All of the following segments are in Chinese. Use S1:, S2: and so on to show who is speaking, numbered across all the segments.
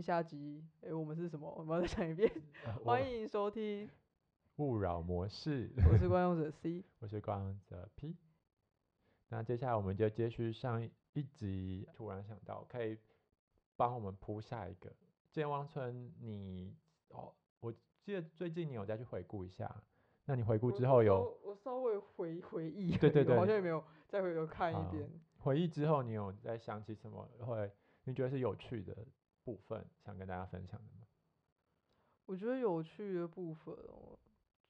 S1: 下集。哎、我们是什么？我们要再讲一遍。
S2: 呃 我
S1: 欢迎收听，
S2: 勿扰模式，
S1: 我是观用者 C。
S2: 我是光泽 P。那接下来我们就接续上一一集，突然想到可以帮我们铺下一个健忘村你。哦，我记得最近你有再去回顾一下，那你回顾
S1: 我
S2: 之后有
S1: 稍我稍微回回忆而已，
S2: 对对
S1: 我好
S2: 对
S1: 像也没有再回头看一
S2: 好
S1: 遍。
S2: 回忆之后，你有在想起什么会你觉得是有趣的部分，想跟大家分享的吗？
S1: 我觉得有趣的部分哦，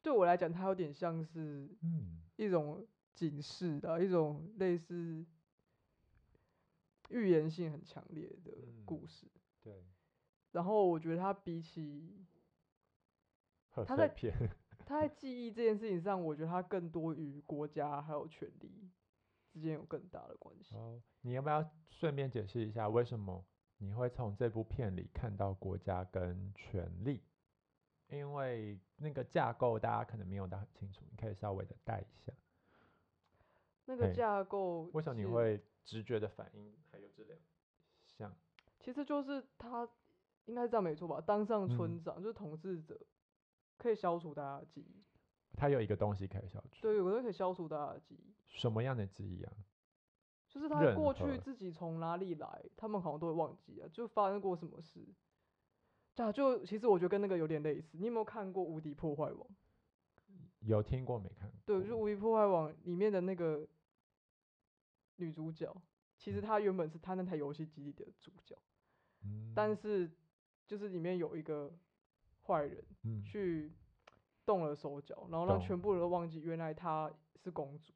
S1: 对我来讲，它有点像是
S2: 嗯，
S1: 一种警示的、啊一种类似预言性很强烈的故
S2: 嗯
S1: 事。
S2: 对，
S1: 然后我觉得它比起
S2: 贺
S1: 他
S2: 岁
S1: 在
S2: 片，
S1: 它在记忆这件事情上，我觉得它更多与国家还有权力之间有更大的关系。
S2: 哦，你要不要顺便解释一下，为什么你会从这部片里看到国家跟权力？因为那个架构大家可能没有到很清楚，你可以稍微的带一下。
S1: 那个
S2: 嘿
S1: 架构
S2: 为什么你
S1: 是
S2: 会直觉的反应还有这两项？
S1: 其实就是他应该是这样没错吧？当上村
S2: 嗯
S1: 长、就是统治者，可以消除大家的记忆。
S2: 它有一个东西可以消除，
S1: 对，有个人可以消除大家的记忆，
S2: 什么样的记忆啊？
S1: 就是他
S2: 任
S1: 过去
S2: 何
S1: 自己从哪里来，他们好像都会忘记啊，就发生过什么事。对啊，就其实我觉得跟那个有点类似。你有没有看过《无敌破坏王》？
S2: 有听过没看过？
S1: 对，就是《无敌破坏王》里面的那个女主角，其实她原本是她那台游戏机里的主角，
S2: 嗯，
S1: 但是就是里面有一个坏人，
S2: 嗯，
S1: 去动了手脚，然后让
S2: 懂
S1: 全部人都忘记原来她是公主。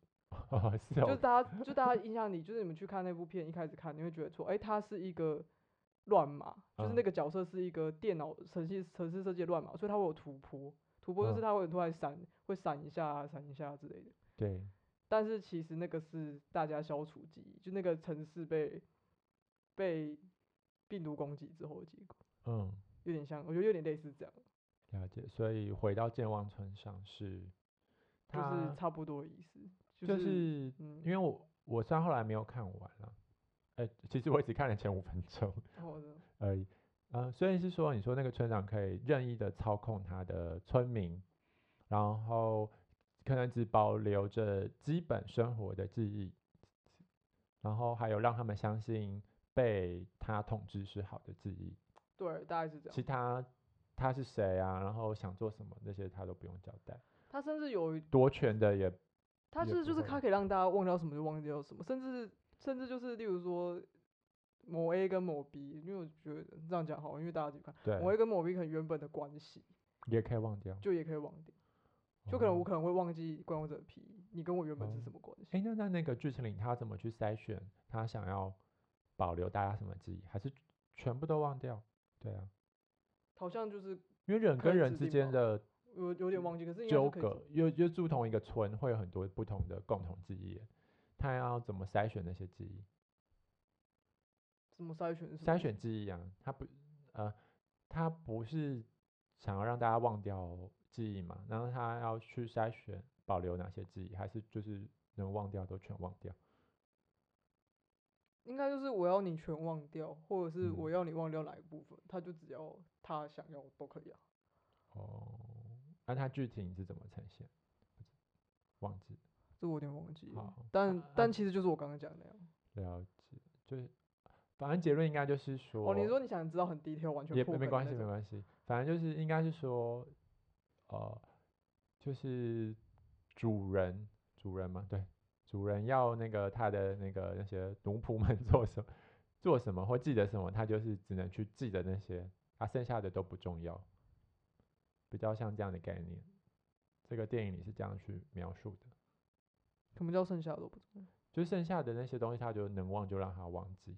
S2: 哦，是
S1: 就
S2: 哦
S1: 是，大家，就大家印象里，就是你们去看那部片，一开始看你会觉得说，哎、她是一个乱码，就是那
S2: 嗯
S1: 个角色是一个电脑程序程式设计的乱码，所以她会有突破，突破就是
S2: 嗯
S1: 她会突然闪，会闪一下、啊、闪一下、之类的。
S2: 对，
S1: 但是其实那个是大家消除记忆，就那个城市被被病毒攻击之后的结果，
S2: 嗯，
S1: 有点像，我觉得有点类似这样，
S2: 了解。所以回到健忘村上是，
S1: 就是
S2: 它
S1: 差不多的意思，
S2: 就是是
S1: 嗯
S2: 因为我我虽然后来没有看完了，哎、其实我只看了前五分钟
S1: 好的，
S2: 而已。呃，所以是说，你说那个村长可以任意的操控他的村民，然后可能只保留着基本生活的记忆，然后还有让他们相信被他统治是好的记忆，
S1: 对，大概是这样
S2: 其。他他是谁啊，然后想做什么那些他都不用交代，
S1: 他甚至有一，
S2: 夺权的也
S1: 他
S2: 也
S1: 是就
S2: 不
S1: 是
S2: 会啊
S1: 他可以让大家忘掉什么就忘掉什么，甚至甚至就是例如说某 A 跟某 B，因为我觉得这样讲好，因为大家自己看
S2: 对
S1: 某 A 跟某 B 可能原本的关系
S2: 也可以忘掉，
S1: 就也可以忘掉，就可能
S2: 哦
S1: 我可能会忘记观望者 P，你跟我原本是
S2: 哦
S1: 什么关系？
S2: 哎，那在那个剧情里，他怎么去筛选他想要保留大家什么记忆，还是全部都忘掉？对啊，
S1: 好像就是
S2: 因为人
S1: 可
S2: 跟
S1: 以
S2: 人
S1: 制
S2: 之
S1: 定
S2: 间
S1: 吧
S2: 的
S1: 有有点忘记，可是应该
S2: 纠
S1: 是可以
S2: 葛
S1: 做，
S2: 又又住同一个村，会有很多不同的共同记忆。他要怎么筛选那些记忆？
S1: 什么筛选是什么
S2: 筛选记忆啊，他不呃，他不是想要让大家忘掉记忆嘛？然后他要去筛选保留哪些记忆，还是就是能忘掉都全忘掉？
S1: 应该就是我要你全忘掉，或者是
S2: 嗯
S1: 我要你忘掉哪一部分，他就只要他想要都可以啊。
S2: 哦，那、他剧情是怎么呈现？忘记了。
S1: 这我有点忘记了
S2: 好，
S1: 但
S2: 啊
S1: 但其实就是我刚刚讲的那样。
S2: 了解，就是反正结论应该就是说，
S1: 哦，你说你想知道很 detail，完全
S2: 也
S1: 破
S2: 没
S1: 梗
S2: 关
S1: 的
S2: 系，
S1: 那
S2: 没
S1: 种
S2: 关系，反正就是应该是说，呃，就是主人，主人嘛，对，主人要那个他的那个那些奴仆们 做什么，做什么或记得什么，他就是只能去记得那些，他剩下的都不重要，比较像这样的概念。这个电影里是这样去描述的，
S1: 什么叫剩下的都不重要？
S2: 就剩下的那些东西，他就能忘就让他忘记。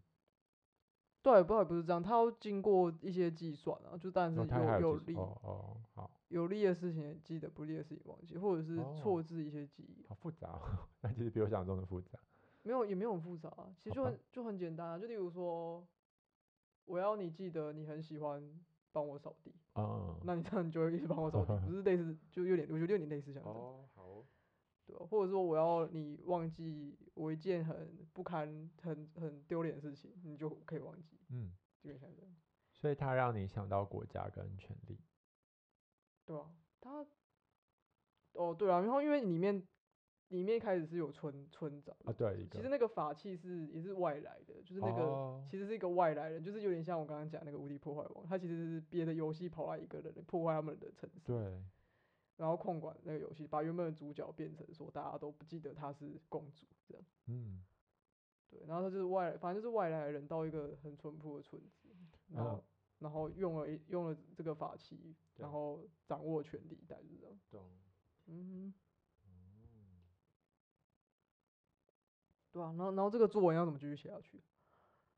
S1: 对，不也不是这样，他要经过一些计算啊，就但是
S2: 然后他还
S1: 有有
S2: 技术
S1: 利
S2: 哦哦，好。
S1: 有利的事情也记得，不利的事情忘记，或者是
S2: 哦
S1: 错置一些记忆，啊
S2: 好复杂、哦， 那其实比我想象中的复杂。
S1: 没有也没有很复杂啊，其实
S2: 好
S1: 就
S2: 吧
S1: 很就很简单啊，就例如说，我要你记得你很喜欢帮我扫地，
S2: 嗯，
S1: 那你这样你就会一直帮我扫地， 不是类似就有点，我觉得有点类似像这样，，
S2: 哦好，
S1: 对吧？或者说我要你忘记我一件很不堪、很很丢脸的事情，你就可以忘记，
S2: 嗯，
S1: 有点像这样。
S2: 所以它让你想到国家跟权力。
S1: 对啊，他，哦对啊，然后因为里面里面一开始是有村村长
S2: 啊对一
S1: 其
S2: 个
S1: 实那个法器是也是外来的，就是那个、
S2: 哦
S1: 其实是一个外来人，就是有点像我刚刚讲那个无敌破坏王，他其实是别的游戏跑来一个人破坏他们的城市，
S2: 对，
S1: 然后控管那个游戏，把原本的主角变成说大家都不记得她是公主这样。
S2: 嗯，
S1: 对，然后他就是外来，反正就是外来人到一个很淳朴的村子，然后、
S2: 嗯
S1: 然后用了一用了这个法器，
S2: 对啊
S1: 然后掌握权力，大概是这样。
S2: 懂。嗯
S1: 嗯，对啊，然后然后这个作文要怎么继续写下 去？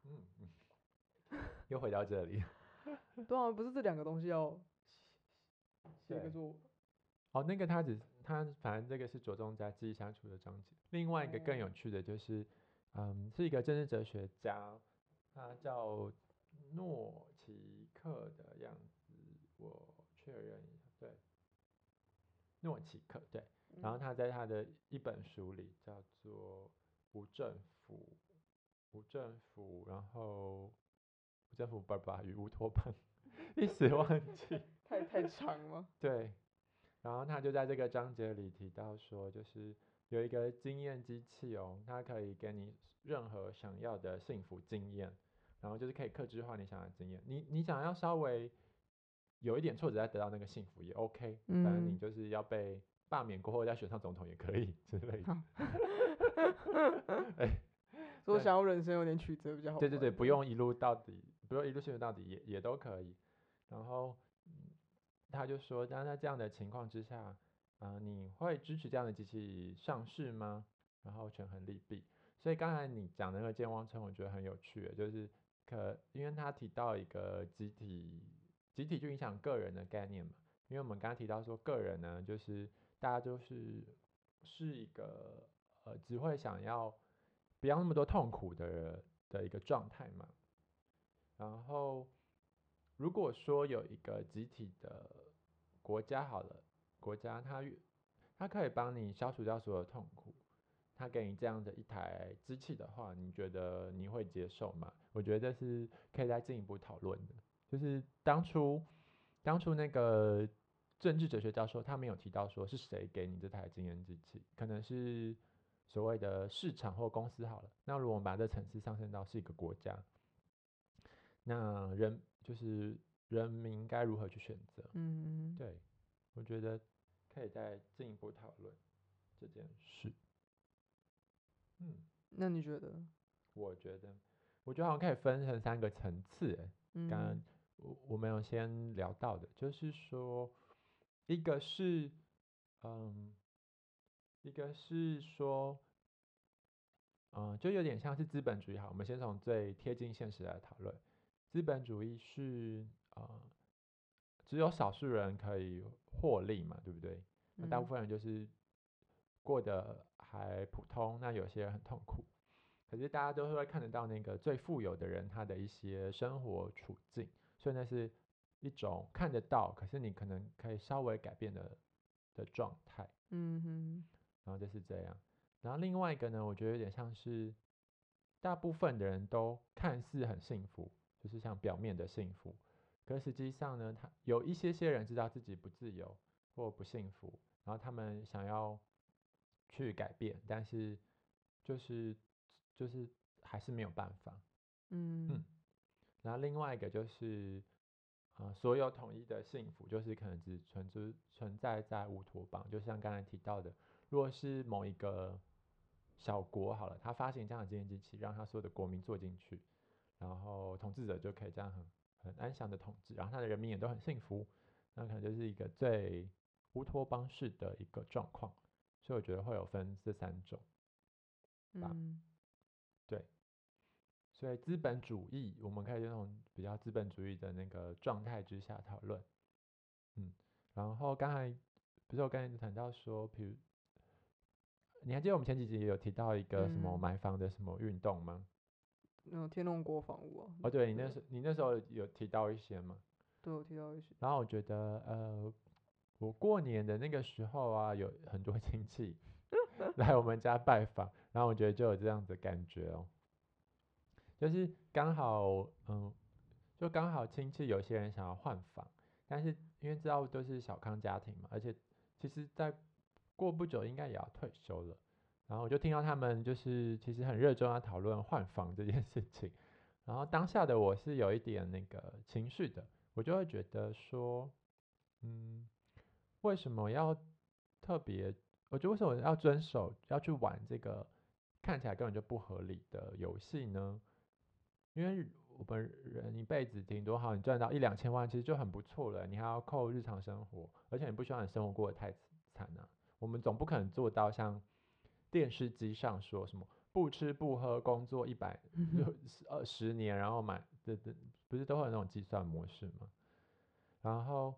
S2: 嗯， 又回到这里。
S1: 对啊，不是这两个东西要写一个
S2: 对
S1: 作文。
S2: 哦，那个他只他反正这个是着重在记忆相处的章节。另外一个更有趣的就是，嗯，是一个政治哲学家，他叫诺奇克的样子，我确认一下，对，诺奇克对。
S1: 嗯
S2: 然后他在他的一本书里叫做《无政府》，无政府，然后无政府爸爸与乌托邦， 一时忘记。
S1: 太太长 了，
S2: 对，然后他就在这个章节里提到说，就是有一个经验机器哦，它可以给你任何想要的幸福经验，然后就是可以克制化你想要的经验。你你想要稍微有一点挫折再得到那个幸福也 OK，反正你
S1: 嗯
S2: 就是要被罢免过后再选上总统也可以之类的。
S1: 所以我
S2: 对
S1: 想要人生有点曲折比较好玩。
S2: 对对对，不用一路到底，不用一路顺到底也也都可以。然后嗯他就说，那在这样的情况之下，啊、你会支持这样的机器上市吗？然后权衡利弊。所以刚才你讲的那个健忘症，我觉得很有趣，就是可因为他提到一个集体集体就影响个人的概念嘛。因为我们刚刚提到说，个人呢，就是大家就是是一个呃，只会想要不要那么多痛苦的人的一个状态嘛。然后，如果说有一个集体的国家好了，国家它越它可以帮你消除掉所有痛苦，它给你这样的一台机器的话，你觉得你会接受吗？我觉得这是可以再进一步讨论的。就是当初当初那个政治哲学教授他没有提到说是谁给你这台经验机器，可能是所谓的市场或公司好了。那如果我们把这层次上升到是一个国家，那人就是人民该如何去选择？
S1: 嗯，
S2: 对，我觉得可以再进一步讨论这件事。嗯，
S1: 那你觉得？
S2: 我觉得，我觉得好像可以分成三个层次欸。
S1: 嗯，
S2: 刚刚我我们有先聊到的，就是说，一个是，嗯，一个是说，嗯，就有点像是资本主义好，我们先从最贴近现实来讨论。资本主义是啊、呃只有少数人可以获利嘛，对不对？那大部
S1: 嗯
S2: 分人就是过得还普通，那有些人很痛苦。可是大家都是会看得到那个最富有的人他的一些生活处境，所以那是一种看得到，可是你可能可以稍微改变的的状态。
S1: 嗯哼，
S2: 然后就是这样。然后另外一个呢，我觉得有点像是大部分的人都看似很幸福，就是像表面的幸福，可实际上呢，他有一些些人知道自己不自由或不幸福，然后他们想要去改变，但是就是就是还是没有办法。
S1: 嗯
S2: 然后另外一个就是，呃，所有统一的幸福，就是可能只存只存在在乌托邦，就像刚才提到的，如果是某一个小国好了，它发行这样的经验机器，让它所有的国民坐进去，然后统治者就可以这样很很安详的统治，然后他的人民也都很幸福，那可能就是一个最乌托邦式的一个状况，所以我觉得会有分这三种。吧
S1: 嗯
S2: 所以资本主义，我们可以用比较资本主义的那个状态之下讨论。嗯，然后刚才不是我刚才谈到说，比如你还记得我们前几集有提到一个什么
S1: 嗯
S2: 买房的什么运动吗？
S1: 嗯，天龙国房屋啊，
S2: 哦，对你那
S1: 对
S2: 时你那时候有提到一些吗？
S1: 都有提到一些，
S2: 然后我觉得，呃，我过年的那个时候啊，有很多 亲戚来我们家拜访，然后我觉得就有这样子的感觉哦，就是刚好，嗯，就刚好亲戚有些人想要换房，但是因为知道都是小康家庭嘛，而且其实再过不久应该也要退休了，然后我就听到他们就是其实很热衷要讨论换房这件事情，然后当下的我是有一点那个情绪的，我就会觉得说，嗯，为什么要特别？我觉得为什么要遵守要去玩这个看起来根本就不合理的游戏呢？因为我们人一辈子顶多好，你赚到一两千万其实就很不错了，你还要扣日常生活，而且你不希望你生活过得太惨啊。我们总不可能做到像电视机上说什么不吃不喝工作一百就十呃十年，然后买这这不是都会有那种计算模式吗？然后，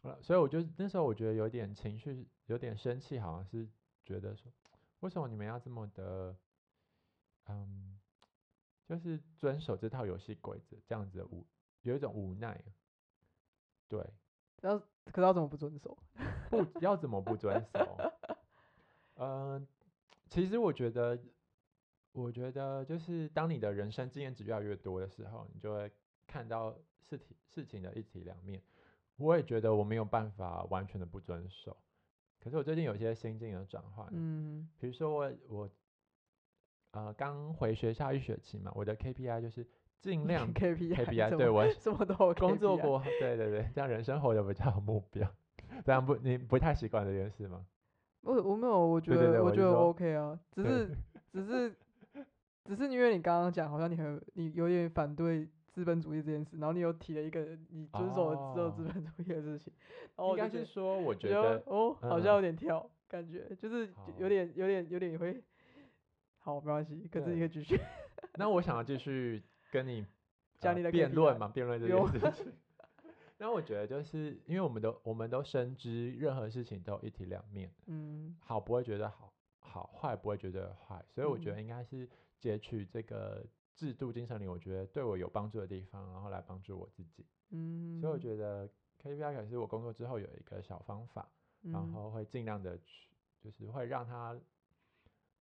S2: 呃所以我就那时候我觉得有点情绪，有点生气，好像是觉得说，为什么你们要这么的，嗯，就是遵守这套游戏规则，这样子的无有一种无奈，啊对，
S1: 可是他怎么不遵守？
S2: 不要怎么不遵守？嗯，其实我觉得，我觉得就是当你的人生经验值越来越多的时候，你就会看到事体事情的一体两面。我也觉得我没有办法完全的不遵守，可是我最近有一些心境的转换，
S1: 嗯，
S2: 比如说我我呃刚回学校一学期嘛，我的 KPI 就是 尽量
S1: KPI
S2: KPI
S1: 怎
S2: 对
S1: 么
S2: 我
S1: 什么都 有 KPI,
S2: 工作过，对对对，这样人生活得比较有目标。这样不，你不太习惯这件事吗？
S1: 我我没有，我觉
S2: 对
S1: 得
S2: 对对我
S1: 我
S2: 就
S1: 觉得
S2: 说
S1: OK 啊，只
S2: 对
S1: 是只是只是因为你刚刚讲，好像你很你有点反对资本主义这件事，然后你又提了一个你遵守了只有资
S2: 哦
S1: 本主义的事 情，然后我哦就
S2: 应该
S1: 觉
S2: 是
S1: 得
S2: 说，我
S1: 我
S2: 觉
S1: 觉得
S2: 得
S1: 哦，好
S2: 嗯哦
S1: 像有点跳，感觉就是就
S2: 好
S1: 有点有点有点会，好没关系，可是
S2: 对
S1: 你可以继续，
S2: 那我想要继续跟你
S1: 讲
S2: 呃
S1: 你的啊
S2: 辩论
S1: KPI
S2: 嘛，辩论这
S1: 不用
S2: 件 事情。那我觉得就是因为我们都我们都深知任何事情都有一体两面，
S1: 嗯
S2: 好不会觉得好，好坏不会觉得坏，所以我觉
S1: 嗯
S2: 得应该是截取这个制度精神里，我觉得对我有帮助的地方，然后来帮助我自己。
S1: 嗯，
S2: 所以我觉得 KPI 可是我工作之后有一个小方法，然
S1: 嗯
S2: 后会尽量的去，就是会让它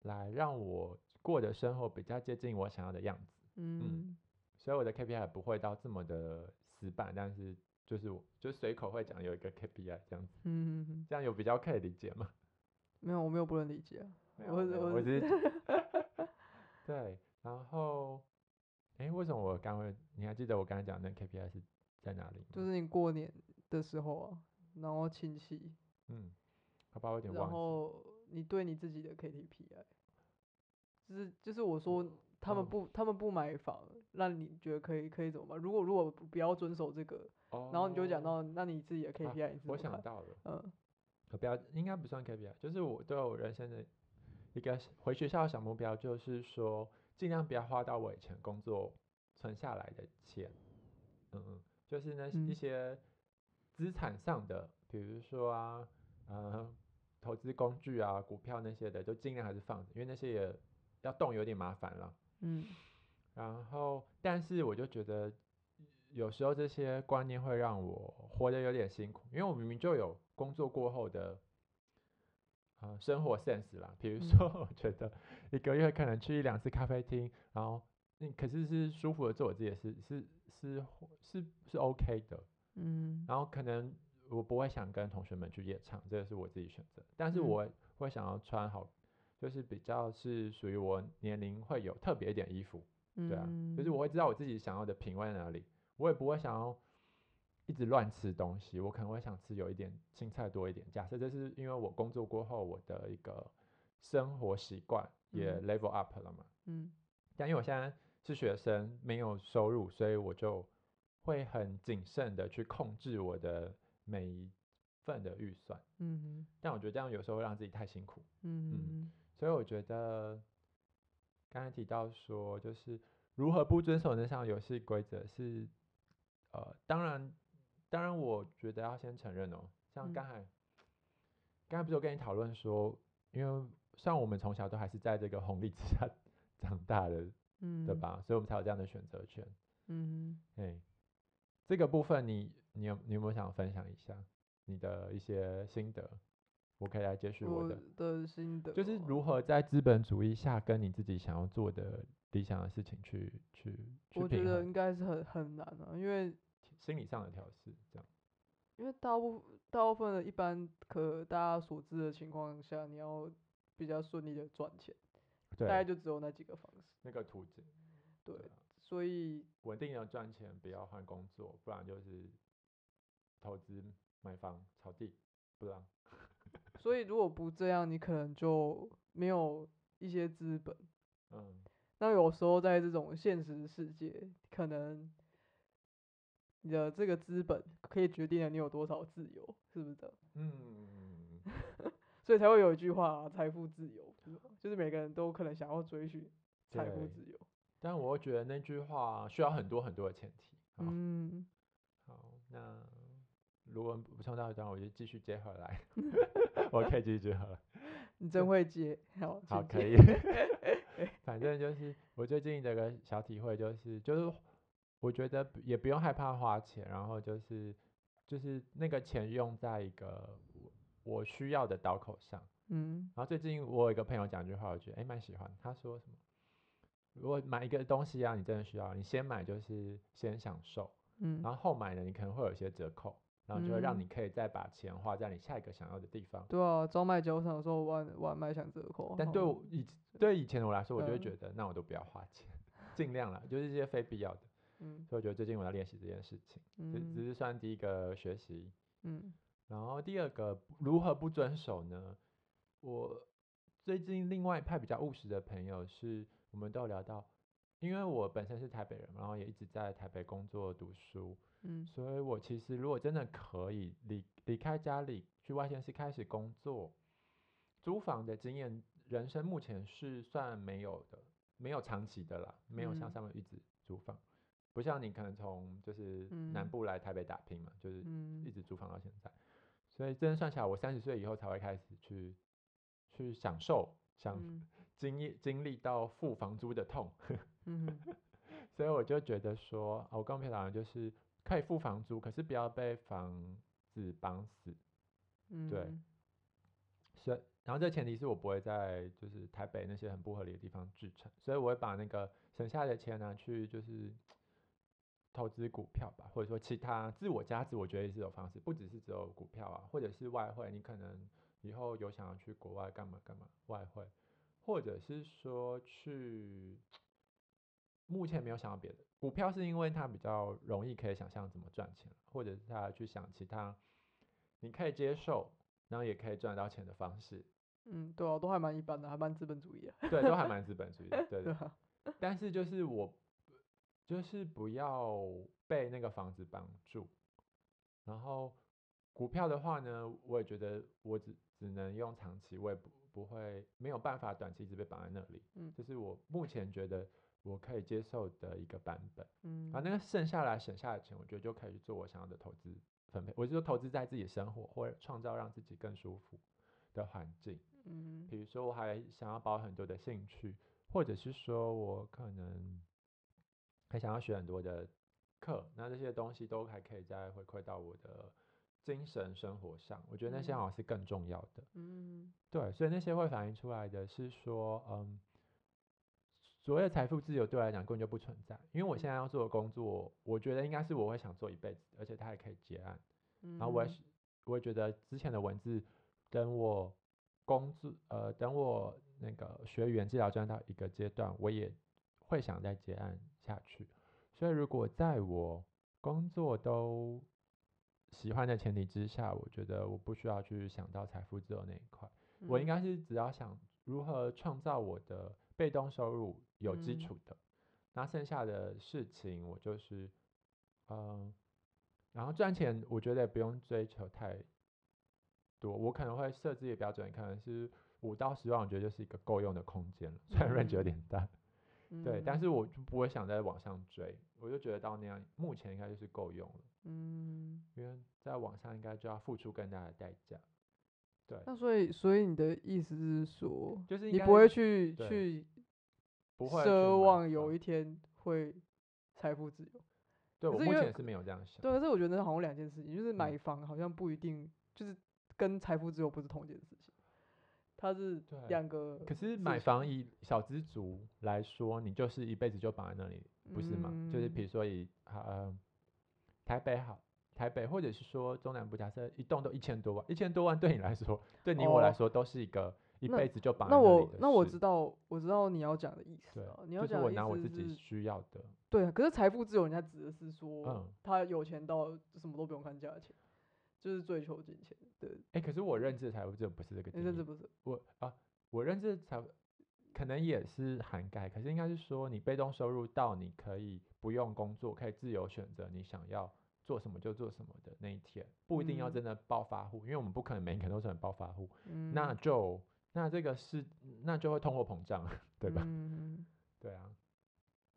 S2: 来让我过的生活比较接近我想要的样子。
S1: 嗯
S2: 所以我的 KPI 也不会到这么的死板，但是就是我就随口会讲有一个 KPI 这样子，
S1: 嗯嗯，
S2: 这样有比较可以理 解吗？
S1: 没有，我没有不能理解啊，
S2: 没有
S1: 我
S2: 没有
S1: 我
S2: 我只是 对，然后诶，为什么我刚会？你还记得我刚才讲的那 KPI 是在哪里吗？
S1: 就是你过年的时候啊，然后亲戚。
S2: 嗯，好吧，我有点
S1: 然
S2: 忘记。
S1: 后你对你自己的 KTPI，就是就是我说他们
S2: 嗯
S1: 不、他们不买房，那你觉得可以可以怎么办？如果如果不要遵守这个，
S2: 哦，啊
S1: 然后你就讲到那你自己的 KPI，、你是
S2: 我
S1: 怎么
S2: 想
S1: 看
S2: 到了。
S1: 嗯
S2: 可不要，应该不算 KPI，就是我对我人生的一个回学校的小目标，就是说尽量不要花到我以前工作存下来的钱，嗯嗯，就是那
S1: 嗯
S2: 一些资产上的，比如说啊，呃，投资工具啊、股票那些的，就尽量还是放着，因为那些也要动有点麻烦了。
S1: 嗯
S2: 然后，但是我就觉得有时候这些观念会让我活得有点辛苦，因为我明明就有工作过后的呃生活 sense 啦。比如
S1: 嗯
S2: 说，我觉得一个月可能去一两次咖啡厅，然后嗯，可是是舒服的做我自己的事，是是是是 OK 的。
S1: 嗯
S2: 然后可能我不会想跟同学们去夜场，这个是我自己选择，但是
S1: 嗯
S2: 我会想要穿好，就是比较是属于我年龄会有特别一点衣服。对啊，就是我会知道我自己想要的品味在哪里，我也不会想要一直乱吃东西，我可能会想吃有一点青菜多一点。假设这是因为我工作过后我的一个生活习惯也
S1: 嗯
S2: level up 了嘛，
S1: 嗯
S2: 但因为我现在是学生，没有收入，所以我就会很谨慎的去控制我的每一份的预算。
S1: 嗯
S2: 但我觉得这样有时候会让自己太辛苦，
S1: 嗯
S2: 所以我觉得刚才提到说，就是如何不遵守那项游戏规则是，呃，当然，当然，我觉得要先承认哦。像
S1: 嗯
S2: 刚才，刚才不是有跟你讨论说，因为像我们从小都还是在这个红利之下 长大的，
S1: 嗯，
S2: 对？吧？所以我们才有这样的选择权。
S1: 嗯，
S2: 哎，这个部分你你有你有没有想分享一下你的一些心得？我可以来接续我
S1: 我
S2: 的。
S1: 的心得
S2: 就是
S1: 哦
S2: 如何在资本主义下跟你自己想要做的理想的事情去去去
S1: 我觉
S2: 平
S1: 得
S2: 衡
S1: 应该是很很难啊，因为
S2: 心理上的调试，这样
S1: 因为大部大部分的一般可大家所知的情况下，你要比较顺利的赚钱，大概
S2: 对
S1: 就只有那几个方式。
S2: 那个途径，
S1: 对，
S2: 对啊
S1: 所以
S2: 稳定的赚钱，不要换工作，不然就是投资买房、炒地，不然
S1: 所以如果不这样，你可能就没有一些资本。
S2: 嗯，
S1: 那有时候在这种现实世界，可能你的这个资本可以决定了你有多少自由，是不是的？
S2: 嗯，
S1: 所以才会有一句话、啊，财富自由，就是每个人都可能想要追寻财富
S2: 对
S1: 自由。
S2: 但我又觉得那句话需要很多很多的前提。好，
S1: 嗯，
S2: 好，那如果补充到一段，我就继续接回 来，我可以继续接回来。
S1: 你真会接，好，
S2: 好，
S1: 请
S2: 可
S1: 接
S2: 以。 反正就是我最近的一个小体会就是，就是我觉得不也不用害怕花钱，然后就是就是那个钱用在一个我我需要的刀口上。
S1: 嗯
S2: 然后最近我有一个朋友讲一句话，我觉得诶蛮喜欢。他说什么？如果买一个东西啊，你真的需要，你先买就是先享受，
S1: 嗯
S2: 然后后买呢，你可能会有一些折扣，然后就会让
S1: 嗯
S2: 你可以再把钱花在你下一个想要的地方。
S1: 对啊，招卖交场的时候玩玩卖想折扣，
S2: 但
S1: 好
S2: 对我以对以前的我来说，我就会
S1: 哦嗯
S2: 觉得那我都不要花钱， 尽量啦，就是一些非必要的。
S1: 嗯
S2: 所以我觉得最近我在练习这件事情，这这
S1: 嗯
S2: 是算第一个学习。
S1: 嗯
S2: 然后第二个如何不遵守呢？我最近另外一派比较务实的朋友是，我们都有聊到，因为我本身是台北人，然后也一直在台北工作读书，
S1: 嗯
S2: 所以我其实如果真的可以离离开家里去外县市开始工作，租房的经验，人生目前是算没有的，没有长期的啦，没有像
S1: 嗯
S2: 上面一直租房，不像你可能从就是南
S1: 嗯
S2: 部来台北打拼嘛，就是一
S1: 嗯
S2: 直租房到现在，所以真的算起来，我三十岁以后才会开始去去享受，享
S1: 嗯
S2: 经历经历到付房租的痛。
S1: 嗯哼
S2: 所以我就觉得说，啊我跟佩长就是可以付房租，可是不要被房子绑死。
S1: 嗯，
S2: 对所以，然后这前提是我不会在就是台北那些很不合理的地方置产，所以我会把那个省下的钱拿去就是投资股票吧，或者说其他自我价值，我觉得也是有方式，不只是只有股票啊，或者是外汇，你可能以后有想要去国外干嘛干嘛，外汇，或者是说去。目前没有想到别的，股票是因为它比较容易可以想象怎么赚钱，或者是他去想其他你可以接受，然后也可以赚到钱的方式，
S1: 嗯对啊，都还蛮一般的，还蛮资本主义的，啊
S2: 对，都还蛮资本主义的，对
S1: 对
S2: 的。
S1: 啊，
S2: 但是就是我，就是不要被那个房子绑住。然后股票的话呢，我也觉得我只只能用长期，我也不不会没有办法短期一直被绑在那里。
S1: 嗯
S2: 这是我目前觉得我可以接受的一个版本。
S1: 嗯
S2: 啊，那个剩下来省下的钱，我觉得就可以去做我想要的投资分配。我是说投资在自己生活或者创造让自己更舒服的环境。
S1: 嗯
S2: 比如说我还想要保有很多的兴趣，或者是说我可能还想要学很多的课，那这些东西都还可以再回馈到我的精神生活上。我觉得那些
S1: 嗯
S2: 好像是更重要的。
S1: 嗯
S2: 对，所以那些会反映出来的是说，嗯，所谓的财富自由对我来讲根本就不存在，因为我现在要做的工作，我觉得应该是我会想做一辈子，而且它还可以结案。
S1: 嗯，
S2: 然后我也是，我也觉得之前的文字等我工作，呃，等我那个学语言治疗专到一个阶段，我也会想再结案下去。所以如果在我工作都喜欢的前提之下，我觉得我不需要去想到财富自由那一块，我应
S1: 嗯
S2: 该是只要想如何创造我的被动收入有基
S1: 嗯
S2: 础的，那剩下的事情我就是，嗯，然后赚钱我觉得也不用追求太多，我可能会设置一个标准，可能是五到十万，我觉得就是一个够用的空间了，虽然 range 有
S1: 嗯
S2: 点大，对，但
S1: 嗯
S2: 是我就不会想再往上追，我就觉得到那样目前应该就是够用了，
S1: 嗯。
S2: 因为在往上应该就要付出更大的代价，对，
S1: 那所以，所以你的意思是说，
S2: 就是应
S1: 你
S2: 该
S1: 不会去
S2: 对
S1: 去
S2: 不会
S1: 奢
S2: 去买嗯
S1: 望有
S2: 房
S1: 一天会财富自由？
S2: 对
S1: 可
S2: 我
S1: 是
S2: 目
S1: 因为
S2: 前是没有这样想。
S1: 对，可是我觉得那好像两件事情，就是
S2: 嗯
S1: 买房好像不一定就是跟财富自由不是同一件事情。它是
S2: 对
S1: 两个，
S2: 可
S1: 自
S2: 是买
S1: 身
S2: 房以小资族来说，你就是一辈子就绑在那里，不是吗？就是比
S1: 嗯
S2: 如说以呃台北好，台北或者是说中南部，假设一栋都一千多万，一千多万对你来说，对你我来
S1: 哦
S2: 说都是一个一
S1: 那
S2: 辈子就绑在
S1: 那
S2: 里
S1: 我
S2: 的
S1: 那我
S2: 事
S1: 知道我知道你要讲的意思
S2: 对
S1: 啊，你要
S2: 就是
S1: 讲
S2: 我
S1: 的意
S2: 拿我
S1: 思
S2: 自己
S1: 是，
S2: 需要的，
S1: 对啊，可是财富自由，人家指的是说
S2: 嗯，
S1: 他有钱到什么都不用看价钱，就是追求金钱，对，
S2: 哎，可是我认知的财务自由不是这个定
S1: 你认知
S2: 义，
S1: 不是？
S2: 我啊，我认知的财务可能也是涵盖，可是应该是说你被动收入到你可以不用工作，可以自由选择你想要做什么就做什么的那一天，不一定要
S1: 嗯
S2: 真的暴发户，因为我们不可能每个人都成为暴发户，
S1: 嗯，
S2: 那就那这个是那就会通货膨胀，对吧？
S1: 嗯
S2: 对啊，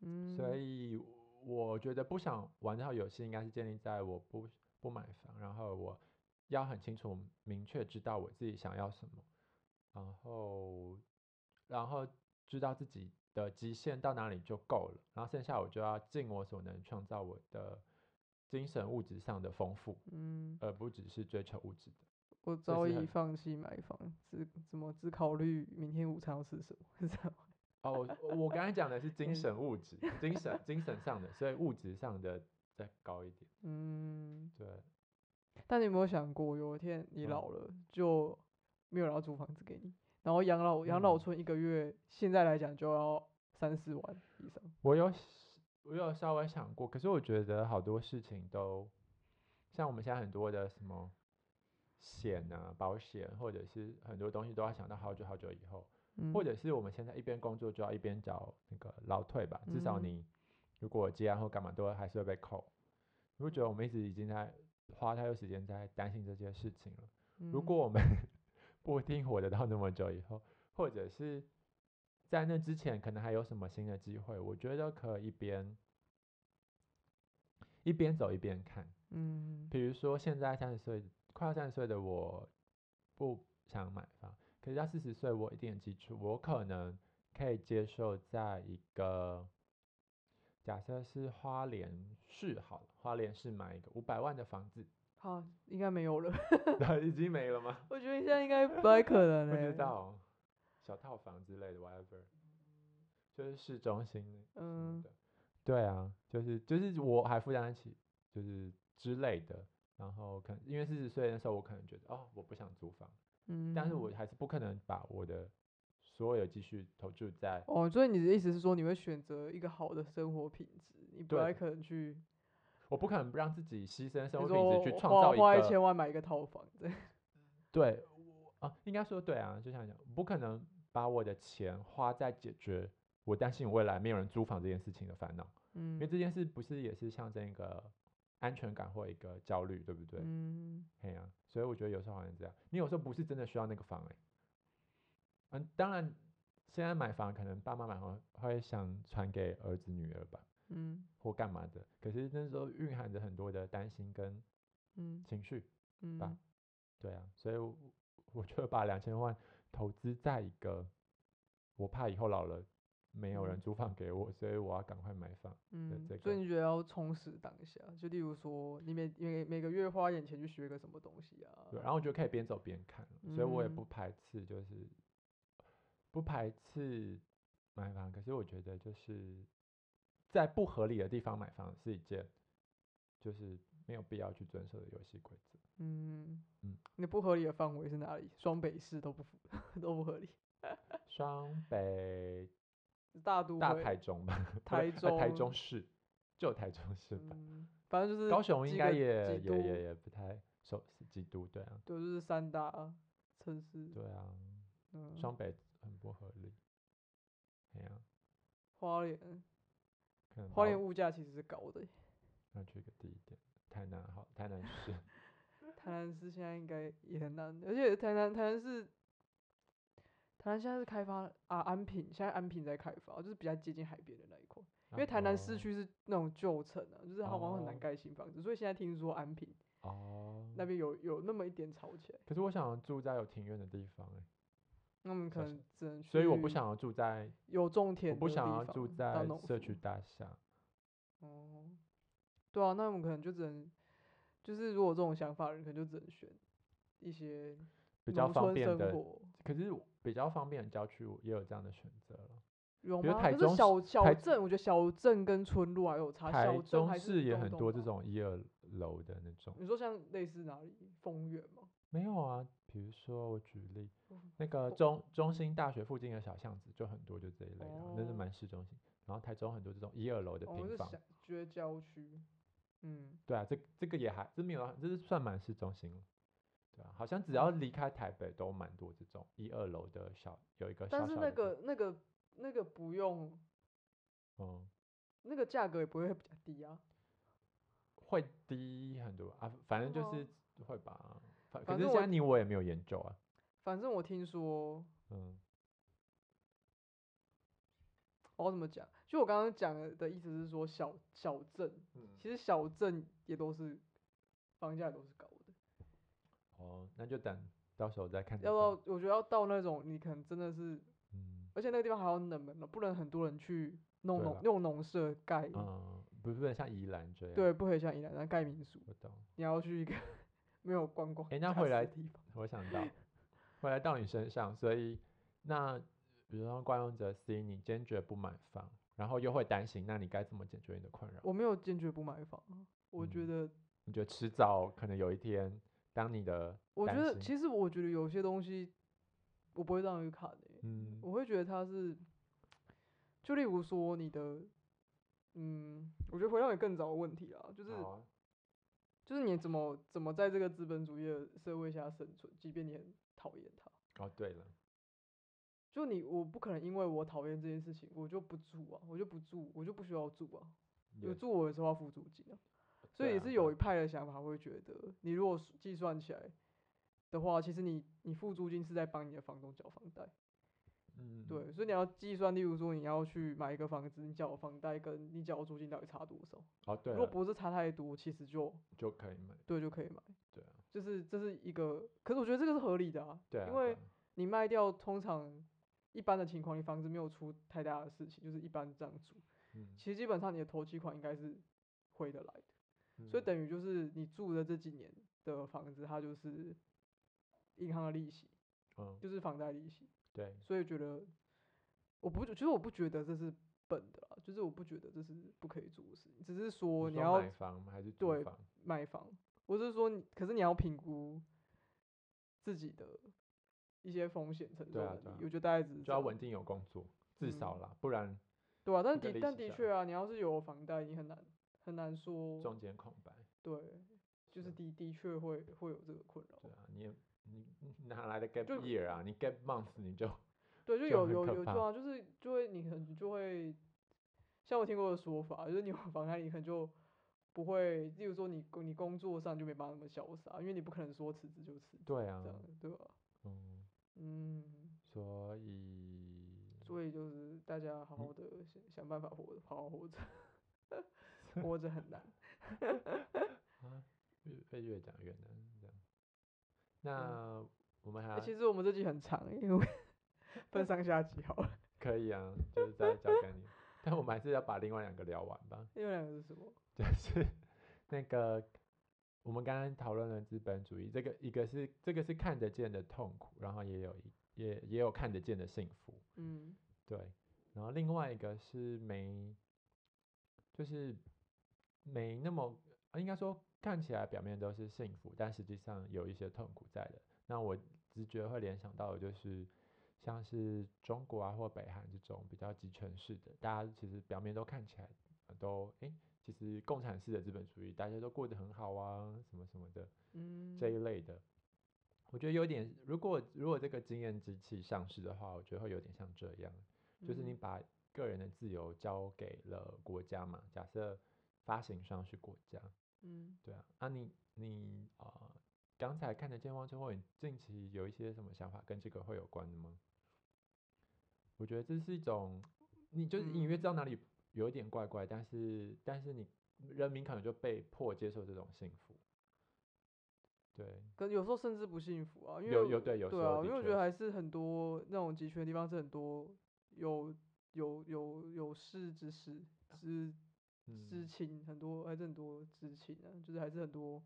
S1: 嗯，
S2: 所以我觉得不想玩这套游戏，应该是建立在我不不买房，然后我要很清楚、明确知道我自己想要什么，然后然后知道自己的极限到哪里就够了，然后剩下我就要尽我所能创造我的精神物质上的丰富，
S1: 嗯，
S2: 而不只是追求物质的。
S1: 我
S2: 这
S1: 早
S2: 是
S1: 已
S2: 很
S1: 放弃买房，只怎么只考虑明天午餐要吃什么， 是这样吗
S2: 哦，我我刚才讲的是精
S1: 嗯
S2: 神物质，精神精神上的，所以物质上的再高一点，
S1: 嗯，
S2: 对。
S1: 但你有没有想过，有一天你
S2: 嗯
S1: 老了，就没有人要租房子给你，然后养老养老
S2: 嗯
S1: 村一个月，现在来讲就要三四万以上。
S2: 我有想我有稍微想过，可是我觉得好多事情都像我们现在很多的什么险啊、保险，或者是很多东西都要想到好久好久以后，
S1: 嗯，
S2: 或者是我们现在一边工作就要一边找那个劳退吧，至少
S1: 嗯
S2: 你如果接案或干嘛都还是会被扣。你会觉得我们一直已经在花太多时间在担心这些事情了。如
S1: 嗯
S2: 果我们 不一定活得到那么久以后，或者是在那之前可能还有什么新的机会，我觉得可以一边一边走一边看。
S1: 嗯
S2: 比如说现在三十岁，快要三十岁的我不想买房，可是到四十岁我有一定的基础，我可能可以接受在一个假设是花莲市好了，花莲市买一个五百万的房子，
S1: 好，应该没有了。
S2: 已经没了吗？
S1: 我觉得你现在应该不太可能 欸
S2: 不
S1: 嘞、
S2: 知。道，小套房之类的，whatever，就是市中心什么
S1: 嗯
S2: 的。对啊，就是就是我还负担得起，就是之类的。然后可能因为四十岁的时候，我可能觉得哦，我不想租房，
S1: 嗯，
S2: 但是我还是不可能把我的所有积蓄投注在
S1: 哦，所以你的意思是说，你会选择一个好的生活品质，你不
S2: 对
S1: 太
S2: 的
S1: 可能去，
S2: 我不可能让自己牺牲生
S1: 你
S2: 活品
S1: 说
S2: 质去创
S1: 花
S2: 造一
S1: 花一
S2: 个
S1: 千万买一个套房，对，
S2: 对，我啊，应该说对啊，就像讲，不可能把我的钱花在解决我担心我未来没有人租房这件事情的烦恼，
S1: 嗯
S2: 因为这件事不是也是象征一个安全感或一个焦虑，对不对？
S1: 嗯，
S2: 嘿呀、所以我觉得有时候好像这样，你有时候不是真的需要那个房哎、嗯，当然，现在买房可能爸妈买房会想传给儿子女儿吧，
S1: 嗯
S2: 或干嘛的，可是那时候蕴含着很多的担心跟
S1: 嗯
S2: 情绪，
S1: 嗯
S2: 吧对啊，所以我我就把两千万投资在一个，我怕以后老了没有人
S1: 嗯
S2: 租房给我，所以我要赶快买房。
S1: 嗯
S2: 这，
S1: 所以
S2: 个
S1: 你觉得要充实当下，就例如说，你每每每个月花一点钱去学个什么东西啊？
S2: 对，然后我就可以边走边看，所以我也
S1: 嗯
S2: 不排斥，就是不排斥买房。可是我觉得就是在不合理的地方买房是一件，就是没有必要去遵守的游戏规则。
S1: 嗯
S2: 嗯
S1: 你不合理的范围是哪里？双北市都不符 都不合理，
S2: 双北
S1: 大都
S2: 大
S1: 会
S2: 台中吧，
S1: 台
S2: 呃台
S1: 中
S2: 中市就台中市吧。
S1: 嗯，反正就是
S2: 高雄应
S1: 几
S2: 该
S1: 个
S2: 也
S1: 几
S2: 也
S1: 都
S2: 也也不太熟，是基督对啊，
S1: 对，就是三大城市，
S2: 对啊，
S1: 嗯，
S2: 双北很不合理，哎呀、
S1: 花莲
S2: 可能
S1: 花
S2: 把
S1: 莲
S2: 我
S1: 物价其实是高的耶，
S2: 要去个低一点，台南好，台南 市
S1: 台南市现在应该也很难，而且台南台南市，台南现在是开发啊安平，现在安平在开发，就是比较接近海边的那一块，因为
S2: 啊
S1: 台南市
S2: 哦
S1: 区是那种旧城啊，就是它往往很难
S2: 哦
S1: 盖新房子，所以现在听说安平
S2: 哦，
S1: 那边有有那么一点吵起来，
S2: 可是我想要住在有庭院的地方、欸，
S1: 那我们可
S2: 小
S1: 能只能
S2: 所以我不
S1: 去
S2: 想要住在，
S1: 有种
S2: 我
S1: 田
S2: 不
S1: 的
S2: 想
S1: 地
S2: 要
S1: 方
S2: 住
S1: 当
S2: 在
S1: 农
S2: 社区
S1: 夫
S2: 大厦，
S1: 哦，对啊，那我们可能就只能，就是如果这种想法的人，可能就只能选一些
S2: 比较
S1: 农
S2: 方
S1: 村
S2: 便
S1: 生
S2: 的，
S1: 活
S2: 可是比较方便的郊区也有这样的选择了。
S1: 有
S2: 比如
S1: 吗？
S2: 台
S1: 可
S2: 中
S1: 是
S2: 市
S1: 小小
S2: 台
S1: 镇，我觉得小镇跟村落还有差。
S2: 台
S1: 啊小镇
S2: 中
S1: 还
S2: 市
S1: 是
S2: 也
S1: 东
S2: 很
S1: 东
S2: 多这
S1: 吧。
S2: 种一二楼的那种。
S1: 你说像类似哪里？丰原吗？
S2: 没有啊，比如说我举例，
S1: 嗯
S2: 那个
S1: 我
S2: 中中心大学附近的小巷子就很多，就这一类的，那是
S1: 哦
S2: 蛮市中心。然后台中很多这种一二楼的
S1: 哦，我
S2: 平
S1: 是
S2: 房
S1: 想，觉得郊区，嗯，
S2: 对啊，这这个也还这没有啊，这是算蛮市中心了，对啊，好像只要
S1: 嗯
S2: 离开台北都蛮多这种一二楼的小有一个小
S1: 但是
S2: 小
S1: 那
S2: 的平，
S1: 个那个那个不用，
S2: 嗯，
S1: 那个价格也不会比较低啊。
S2: 会低很多啊，反正
S1: 是
S2: 就
S1: 吗
S2: 是会吧。反可
S1: 哦反
S2: 是
S1: 正我
S2: 现在你我也没有研究啊，
S1: 反正我听说，
S2: 嗯，
S1: 我要怎么讲？就我刚刚讲的的意思是说小，小镇
S2: 嗯
S1: 其实小镇也都是房价也都是高的，
S2: 嗯哦，那就等到时候再看情
S1: 要到
S2: 况。
S1: 我觉得要到那种你可能真的是，
S2: 嗯
S1: 而且那个地方还要冷门了，哦不能很多人去弄
S2: 对
S1: 农
S2: 啦
S1: 用农舍盖，
S2: 嗯，不是不能像宜兰这样，
S1: 对，不可以像宜兰那盖民宿，
S2: 我懂。
S1: 你要去一个 没有观光
S2: 诶那
S1: 价
S2: 回
S1: 值
S2: 来
S1: 的地方。
S2: 我想到回来到你身上，所以那比如说惯用者 C，你坚决不买房，然后又会担心，那你该怎么解决你的困扰？
S1: 我没有坚决不买房啊，我觉
S2: 嗯
S1: 得
S2: 你觉得迟早可能有一天，当你的
S1: 我觉
S2: 担
S1: 得，
S2: 心
S1: 其实我觉得有些东西我不会让你看的、
S2: 嗯
S1: 我会觉得它是，就例如说你的，嗯，我觉得回到你更早的问题啊，就是、
S2: 好啊
S1: 就是你怎么怎么在这个资本主义的社会下生存，即便你很讨厌它，
S2: 哦对了，
S1: 就你我不可能因为我讨厌这件事情，我就不住啊，我就不住，我就不需要住啊，有
S2: 也
S1: 住我的时候要付租金啊，所
S2: 对
S1: 以也
S2: 啊
S1: 是
S2: 对
S1: 有
S2: 啊
S1: 一派的想法会觉得，你如果是计算起来的话，其实你你付租金是在帮你的房东缴房贷，
S2: 嗯
S1: 对，所以你要计算，例如说你要去买一个房子，你缴房贷跟你缴租金到底差多少？
S2: 哦对
S1: 如果
S2: 了，
S1: 不是差太多，其实就
S2: 就可以买，
S1: 对就可以买，
S2: 对啊，
S1: 就是这是一个，可是我觉得这个是合理的啊，
S2: 对啊，
S1: 因
S2: 对
S1: 为
S2: 啊
S1: 你卖掉通常。一般的情况，你房子没有出太大的事情，就是一般这样住。
S2: 嗯
S1: 其实基本上你的头期款应该是回得来的。所以
S2: 嗯
S1: 等于就是你住的这几年的房子，它就是银行的利息，
S2: 嗯
S1: 就是房贷利息，
S2: 对，
S1: 所以觉得我不，其实我不觉得这是笨的啦，就是我不觉得这是不可以做的事情，只是说你
S2: 说
S1: 要
S2: 买房还是租
S1: 对
S2: 房？
S1: 买房，我是说你，可是你要评估自己的一些风险承受
S2: 对啊
S1: 能力
S2: 对啊，
S1: 我觉得大概只是
S2: 就
S1: 这
S2: 要
S1: 样
S2: 稳定有工作，至少
S1: 嗯
S2: 啦，不然
S1: 对啊，但
S2: 一个
S1: 的
S2: 利
S1: 但
S2: 息
S1: 的
S2: 下来
S1: 确啊，你要是有房贷，你很难很难说
S2: 中间空白。
S1: 对，就是
S2: 是
S1: 的的确会会有这个困扰
S2: 对。啊，你也你你哪来的 gap
S1: 就
S2: year 啊？你 gap month 你就
S1: 对，就
S2: 就
S1: 有
S2: 很
S1: 有
S2: 可
S1: 有，对
S2: 怕
S1: 啊，就是就会你可能就会，像我听过的说法，就是你有房贷，你可能就不会，例如说你工你工作上就没办法那么潇洒，因为你不可能说辞职就辞职
S2: 对
S1: 这
S2: 啊
S1: 样，，对吧？
S2: 嗯，
S1: 嗯，
S2: 所以
S1: 所以就是大家好
S2: 嗯
S1: 好的想想办法活，好好 活着， 活着很难。
S2: 啊，越被越讲越难这样。那我们
S1: 欸
S2: 还
S1: 其实我们这集很长、欸，因为 分上下集好了。
S2: 可以啊，就是再交 给你，但我们还是要把另外两个聊完吧，
S1: 另外两个是什么？
S2: 就是 那个。我们刚刚讨论了资本主义，这个一个是这个是看得见的痛苦，然后也有一也也有看得见的幸福，
S1: 嗯，
S2: 对，然后另外一个是没，就是没那么，呃应该说看起来表面都是幸福，但实际上有一些痛苦在的。那我直觉会联想到的就是，像是中国啊或北韩这种比较集权式的，大家其实表面都看起来呃都诶，其实共产式的资本主义大家都过得很好啊，什么什么的。
S1: 嗯，
S2: 这一类的。我觉得有点，如果如果这个经验机器上市的话，我觉得会有点像这样，就是你
S1: 嗯
S2: 把个人的自由交给了国家嘛。假设发行商是国家，
S1: 嗯
S2: 对啊，啊你你啊、呃刚才看得见望之后，你近期有一些什么想法跟这个会有关的吗？我觉得这是一种，你就是隐
S1: 嗯
S2: 约知道哪里有一点怪怪，但是但是你人民可能就被迫接受这种幸福，对，
S1: 可能有时候甚至不幸福啊，因为
S2: 有有对有时
S1: 对
S2: 候
S1: 啊，
S2: 的
S1: 因为我
S2: 确
S1: 觉得
S2: 是
S1: 还是很多那种集权的地方是很多有有有有事之士知知
S2: 啊嗯
S1: 情，很多还是很多知情啊，就是还是很多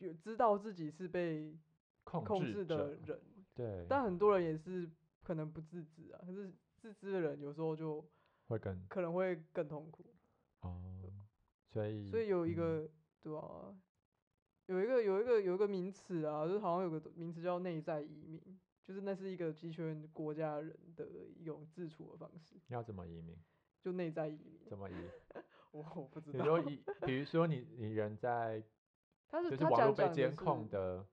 S1: 有知道自己是被
S2: 控
S1: 控
S2: 制
S1: 制
S2: 者
S1: 的人，
S2: 对，
S1: 但很多人也是可能不自知啊，可是自知的人有时候就
S2: 会更
S1: 可能会更痛苦，
S2: 哦，所以
S1: 嗯所以有一
S2: 嗯
S1: 个对啊，有一个有一个有一个名词啊，就是好像有个名词叫内在移民，就是那是一个集权国家的人的一种自处的方式，
S2: 要怎么移民？
S1: 就内在移民，
S2: 怎么移？
S1: 我我不知
S2: 你说
S1: 道，
S2: 移，比如说你你人 在
S1: 他是
S2: 就是
S1: 他
S2: 网
S1: 讲
S2: 络被
S1: 讲
S2: 监
S1: 是
S2: 控的，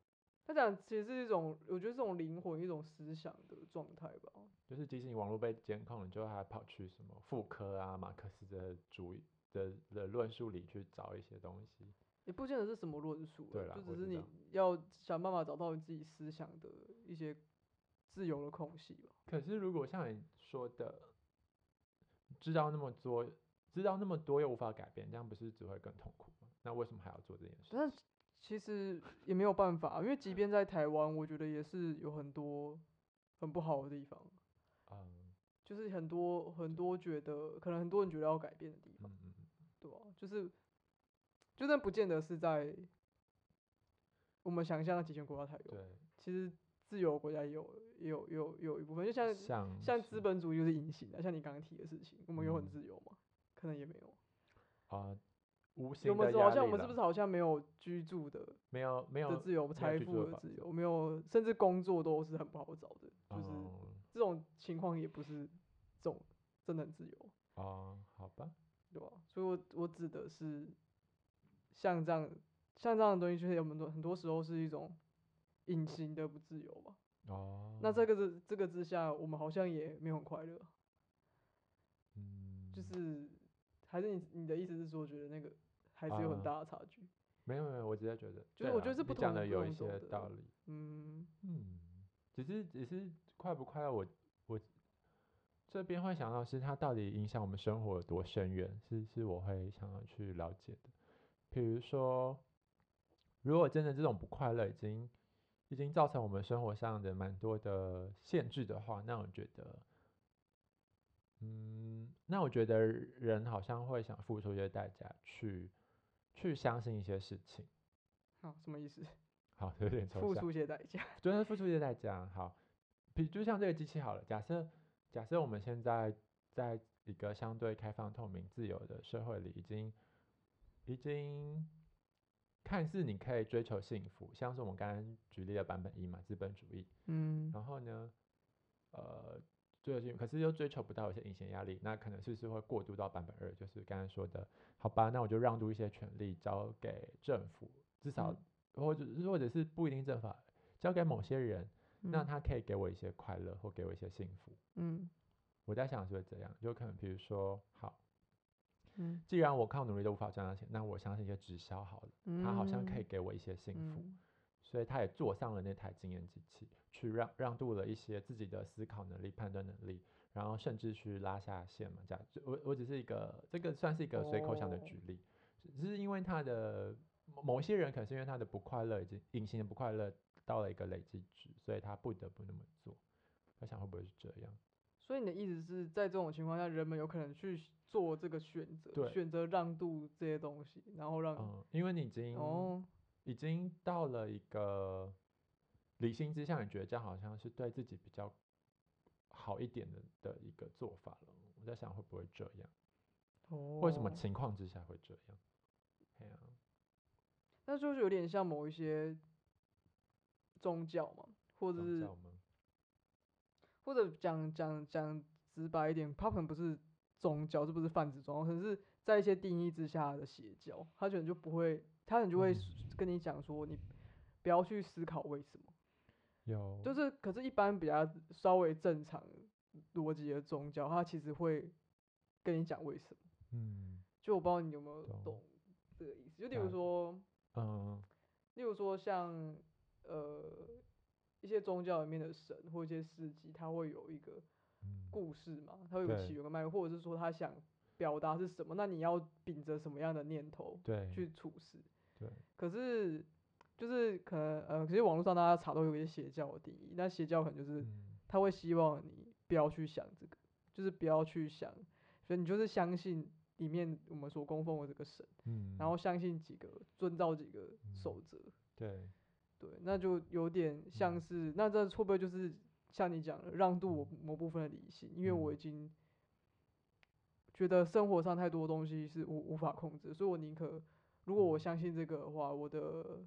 S1: 他讲其实是一种，我觉得是一种灵魂、一种思想的状态吧。
S2: 就是即使你网络被监控，你就还跑去什么妇科啊、马克思的主义的的论述里去找一些东西。
S1: 也不见得是什么论述啊，
S2: 对啦
S1: 就
S2: 我
S1: 只是
S2: 知
S1: 你
S2: 道
S1: 要想办法找到你自己思想的一些自由的空隙吧。
S2: 可是如果像你说的，知道那么多，知道那么多又无法改变，这样不是只会更痛苦吗？那为什么还要做这件事？
S1: 但是其实也没有办法，因为即便在台湾，我觉得也是有很多很不好的地方，
S2: 嗯
S1: 就是很多很多觉得可能很多人觉得要改变的地方，
S2: 嗯嗯，
S1: 对吧、就是就算不见得是在我们想象的集权国家才有，
S2: 对，
S1: 其实自由国家也有也有也有也有一部分，就像
S2: 像
S1: 像资
S2: 是
S1: 本主义就是隐形的，像你刚刚提的事情，我们有很
S2: 嗯
S1: 自由吗？可能也没有。
S2: 啊、无
S1: 我
S2: 形
S1: 们
S2: 的
S1: 是好
S2: 压
S1: 像我
S2: 力
S1: 们是
S2: 啦
S1: 不是好像没有居住的
S2: 没有没有
S1: 的自由、财
S2: 居住
S1: 富
S2: 的
S1: 的
S2: 法
S1: 自由，没有甚至工作都是很不好找的，就是
S2: 哦
S1: 这种情况也不是这种真的很自由，
S2: 哦，好吧，
S1: 对吧？所以我我指的是像这样像这样的东西，就是有很多很多时候是一种隐形的不自由吧。
S2: 哦，
S1: 那这个之这个之下，我们好像也没有很快乐。
S2: 嗯，
S1: 就是还是你你的意思是说，觉得那个还是有很
S2: 啊
S1: 大的差距？
S2: 没有没有，我直接觉得，
S1: 就是
S2: 对
S1: 我觉
S2: 啦
S1: 得是
S2: 你
S1: 不
S2: 讲
S1: 同
S2: 的
S1: 不
S2: 有一
S1: 同种的
S2: 些道理，
S1: 嗯，
S2: 嗯，只是只是快不快乐，我我这边会想到是它到底影响我们生活有多深远，是是我会想要去了解的。比如说，如果真的这种不快乐已经已经造成我们生活上的蛮多的限制的话，那我觉得，嗯，那我觉得人好像会想付出一些代价去去相信一些事情。
S1: 好，什么意思？
S2: 好， 有点抽
S1: 付
S2: 象。
S1: 出一些代价。
S2: 昨天付出一些代价。好，比就像这个机器好了，假设假设我们现在在一个相对开放、透明、自由的社会里，已经已经看似你可以追求幸福，像是我们刚刚举例的版本一嘛，资本主义。
S1: 嗯，
S2: 然后呢，呃，追求幸福，可是又追求不到有些隐形压力，那可能是不是会过渡到版本二，就是刚刚说的，好吧，那我就让渡一些权利交给政府，至少、或者是或者是不一定政府啊，交给某些人，那
S1: 嗯
S2: 他可以给我一些快乐或给我一些幸福。
S1: 嗯
S2: 我在想是不是这样，就可能比如说，好，
S1: 嗯，
S2: 既然我靠努力都无法赚到钱，那我相信一些直销好了，它好像可以给我一些幸福。
S1: 嗯
S2: 所以他也坐上了那台经验机器，去让让渡了一些自己的思考能力、判断能力，然后甚至去拉下线嘛。这样，就我我只是一个这个算是一个随口想的
S1: 哦
S2: 举例，只是因为他的某某些人可能是因为他的不快乐已经隐形的不快乐到了一个累积值，所以他不得不那么做。我想会不会是这样？
S1: 所以你的意思是在这种情况下，人们有可能去做这个选择，
S2: 对
S1: 选择让渡这些东西，然后让、
S2: 嗯，因为你已经、
S1: 哦，
S2: 已经到了一个理性之下，你觉得这样好像是对自己比较好一点的的一个做法了。我在想会不会这样？为什么
S1: 哦
S2: 情况之下会这样？哎呀、
S1: 那就是有点像某一些宗教嘛，或者
S2: 宗
S1: 是
S2: 教吗？
S1: 或者讲讲讲直白一点，它可能不是宗教，这不是泛指宗教，可能是在一些定义之下的邪教，他可能就不会，他可能就会
S2: 嗯
S1: 跟你讲说，你不要去思考为什么，
S2: 有，
S1: 就是可是，一般比较稍微正常逻辑的宗教，他其实会跟你讲为什么，
S2: 嗯
S1: 就我不知道你有没有
S2: 懂
S1: 懂这个意思，就例
S2: 大
S1: 如
S2: 概
S1: 说，
S2: 嗯
S1: 例如说像呃一些宗教里面的神或一些事迹，它会有一个。
S2: 嗯，
S1: 故事嘛，它会有个
S2: 对
S1: 起源跟脉络，或者是说他想表达是什么，那你要秉着什么样的念头
S2: 对，
S1: 去处事。
S2: 对，
S1: 可是就是可能呃，其实网络上大家查都有一些邪教的定义，那邪教可能就是
S2: 嗯
S1: 他会希望你不要去想这个，就是不要去想，所以你就是相信里面我们所供奉的这个神，
S2: 嗯，
S1: 然后相信几个，遵照几个守则，
S2: 对，
S1: 对，那就有点像
S2: 嗯
S1: 是，那这会不会就是像你讲的，让渡我某部分的理性？因为我
S2: 嗯
S1: 已经觉得生活上太多东西是无无法控制，所以我宁可，如果我
S2: 嗯
S1: 相信这个的话，我的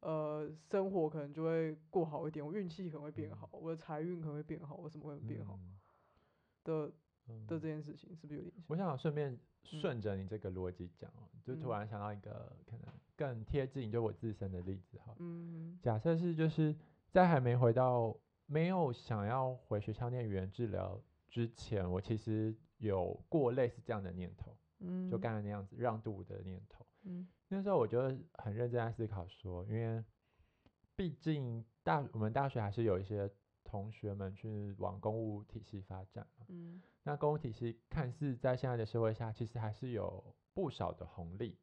S1: 呃生活可能就会过好一点，我运气可能会变
S2: 嗯
S1: 好，我的财运可能会变好，我什么会变好
S2: 嗯
S1: 的
S2: 嗯
S1: 的这件事情，是不是有点像？
S2: 我想顺便顺着你这个逻辑讲哦，就突
S1: 嗯
S2: 然想到一个可能更贴近就我自身的例子哈。
S1: 嗯
S2: 假设是就是在还没回到没有想要回学校念语言治疗之前，我其实有过类似这样的念头，
S1: 嗯，
S2: 就刚才那样子让渡的念头。
S1: 嗯
S2: 那时候我就很认真在思考说，因为毕竟大我们大学还是有一些同学们去往公务体系发展嘛。
S1: 嗯
S2: 那公务体系看似在现在的社会下，其实还是有不少的红利。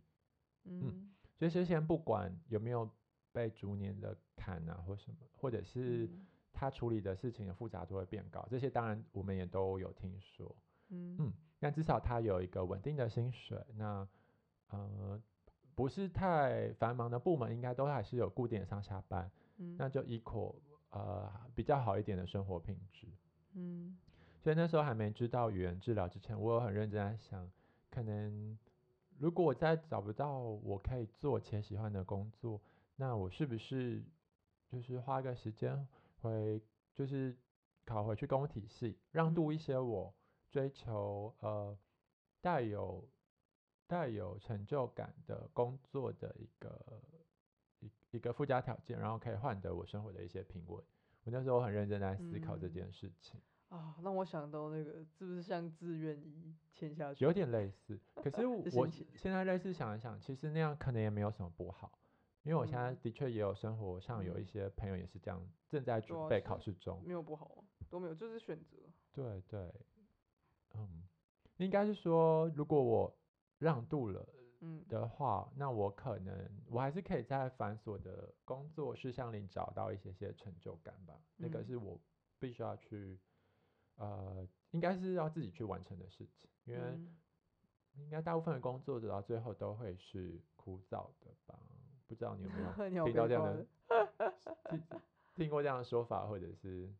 S1: 嗯，
S2: 所以之前不管有没有被逐年的砍啊，或什么，或者是
S1: 嗯
S2: 他处理的事情的复杂度会变高，这些当然我们也都有听说。
S1: 嗯
S2: 嗯那至少他有一个稳定的薪水，那呃不是太繁忙的部门，应该都还是有固定的上下班，
S1: 嗯，
S2: 那就 equal 呃比较好一点的生活品质。
S1: 嗯
S2: 所以那时候还没知道语言治疗之前，我有很认真在想，可能如果我再找不到我可以做且喜欢的工作，那我是不是就是花个时间回，就是考回去公务体系，让渡一些我追求呃带有带有成就感的工作的一个一一个附加条件，然后可以换得我生活的一些品味。我那时候很认真地在思考这
S1: 嗯
S2: 件事情。
S1: 啊，让我想到那个是不是像自愿一签下去？
S2: 有点类似。可 是我
S1: 心
S2: 我
S1: 情
S2: 现在类似想一想，其实那样可能也没有什么不好，因为我现在
S1: 嗯
S2: 的确也有生活上有一
S1: 嗯
S2: 些朋友也是这样，正在准
S1: 啊
S2: 备
S1: 是
S2: 考试中。
S1: 没有不好啊，都没有，就是选择。
S2: 对对，嗯，应该是说，如果我让渡了
S1: 嗯
S2: 的话，那我可能我还是可以在繁琐的工作事项里找到一些些成就感吧。那个
S1: 嗯
S2: 是我必须要去，呃，应该是要自己去完成的事情，因为。
S1: 嗯
S2: 应该大部分的工作者到最后都会是枯燥的吧？不知道你有没
S1: 你
S2: 有
S1: 好
S2: 听到
S1: 悲
S2: 这样
S1: 观
S2: 的 听听过这样的说法，或者是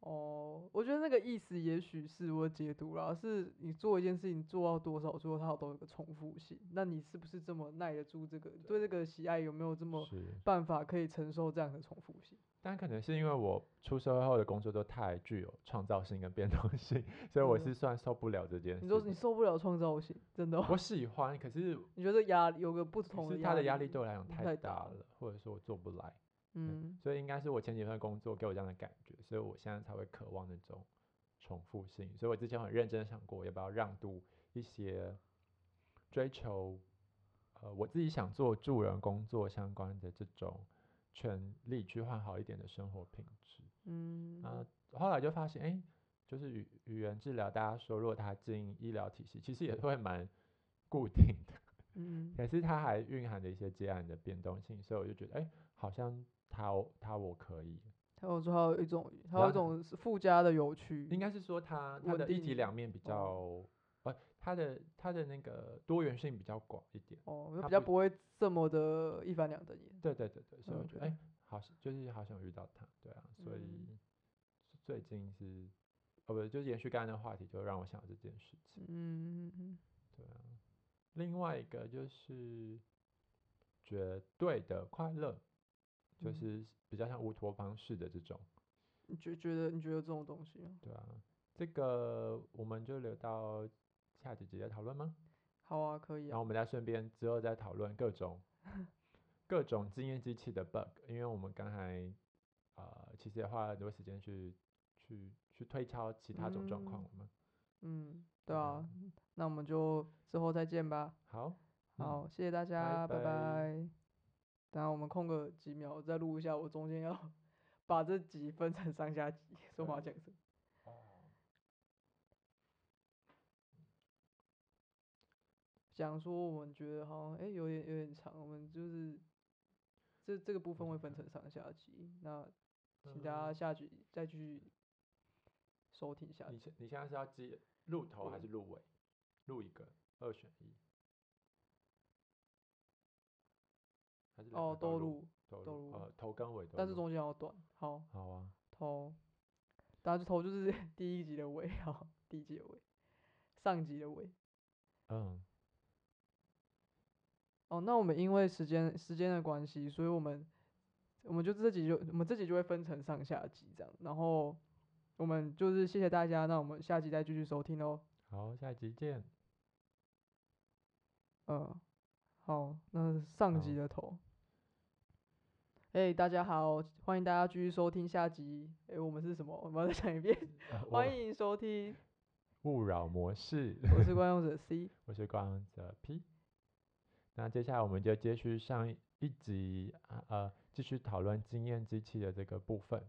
S1: 哦，我觉得那个意思也许是我解读啦，是你做一件事情做到多少，最后它有都有个重复性。那你是不是这么耐得住这个？对这个喜爱有没有这么
S2: 是？
S1: 办法可以承受这样的重复性？
S2: 但可能是因为我出社会后的工作都太具有创造性跟变动性，所以我
S1: 嗯
S2: 是算受不了这件事
S1: 你
S2: 的。
S1: 说你受不了创造性，真的哦、
S2: 我喜欢，可是
S1: 你觉得压有个不
S2: 可
S1: 同
S2: 是
S1: 的
S2: 他的压
S1: 压
S2: 力对我来讲
S1: 太
S2: 太
S1: 大
S2: 大
S1: 了
S2: 了，或者说我做不来，
S1: 嗯，
S2: 所以应该是我前几份工作给我这样的感觉，所以我现在才会渴望那种重复性。所以我之前很认真地想过，要不要让渡一些追求呃我自己想做助人工作相关的这种权利，去换好一点的生活品质。
S1: 嗯
S2: 那、后来就发现，哎、就是语语言治疗，大家说如果他进医疗体系，其实也会蛮固定的。
S1: 嗯
S2: 可是它还蕴含着一些接案的变动性，所以我就觉得，哎、好像它我它我可以，
S1: 还有说还有一种，还有
S2: 然后
S1: 一种是附加的有趣，
S2: 应该是说它它
S1: 稳
S2: 的一体
S1: 定
S2: 两面比较，
S1: 哦
S2: 呃，它的它的那个多元性比较广一点。
S1: 哦，就
S2: 它
S1: 比较
S2: 不
S1: 不会这么的一翻两瞪眼。
S2: 对对对对，所以我觉得，哎、
S1: OK
S2: 好像就是好想遇到它，对啊，所以
S1: 嗯
S2: 最近是，哦不，就是延续刚才的话题，就让我想到这件事情，
S1: 嗯嗯
S2: 对啊。另外一个就是绝对的快乐，就
S1: 嗯
S2: 是比较像乌托邦式的这种。
S1: 你觉觉得你觉得这种东西啊，
S2: 对啊，这个我们就留到下几集再讨论吗？
S1: 好啊，可以
S2: 然后
S1: 啊，
S2: 我们再顺便之后再讨论 各种各种经验机器的 bug，因为我们刚才呃其实也花了很多时间去去去推敲其他种状况
S1: 嗯
S2: 了嘛。
S1: 嗯，对
S2: 啊
S1: 啊，那我们就之后再见吧。
S2: 好，嗯
S1: 好，谢谢大家，拜
S2: 拜
S1: 拜。等下我们空个几秒，我再录一下，我中间要 把这集分成上下集，说话讲什么？哦讲说我们觉得好像哎、诶有点有点长，我们就是这这个部分会分成上下集，那请大家
S2: 嗯
S1: 下集再去收听下
S2: 你
S1: 集。
S2: 现你现在是要记录头还
S1: 录
S2: 是录尾？录一个，二选一，还是两
S1: 哦
S2: 个，
S1: 都录，
S2: 头
S1: 头
S2: 颅
S1: 颅
S2: 呃头跟尾都
S1: 但是
S2: 有
S1: 中间要短。好，
S2: 好啊，
S1: 头，大家就头就是 第一集的尾，好，第一集的尾，上集的尾。
S2: 嗯，
S1: 哦，那我们因为时间时间的关系，所以我们我们就这集就我们这集就会分成上下集这样，然后我们就是谢谢大家，那我们下集再继续收听喽。
S2: 好，下集见，
S1: 嗯，好，那上集
S2: 好
S1: 的头。哎、大家好，欢迎大家继续收听下集。哎、我们是什么？我们要再讲一遍。
S2: 呃我
S1: 欢迎收听，
S2: 勿扰模式。
S1: 我是观用者 C。
S2: 我是光泽 P。那接下来我们就接续上一一集啊呃，继续讨论经验机器的这个部分。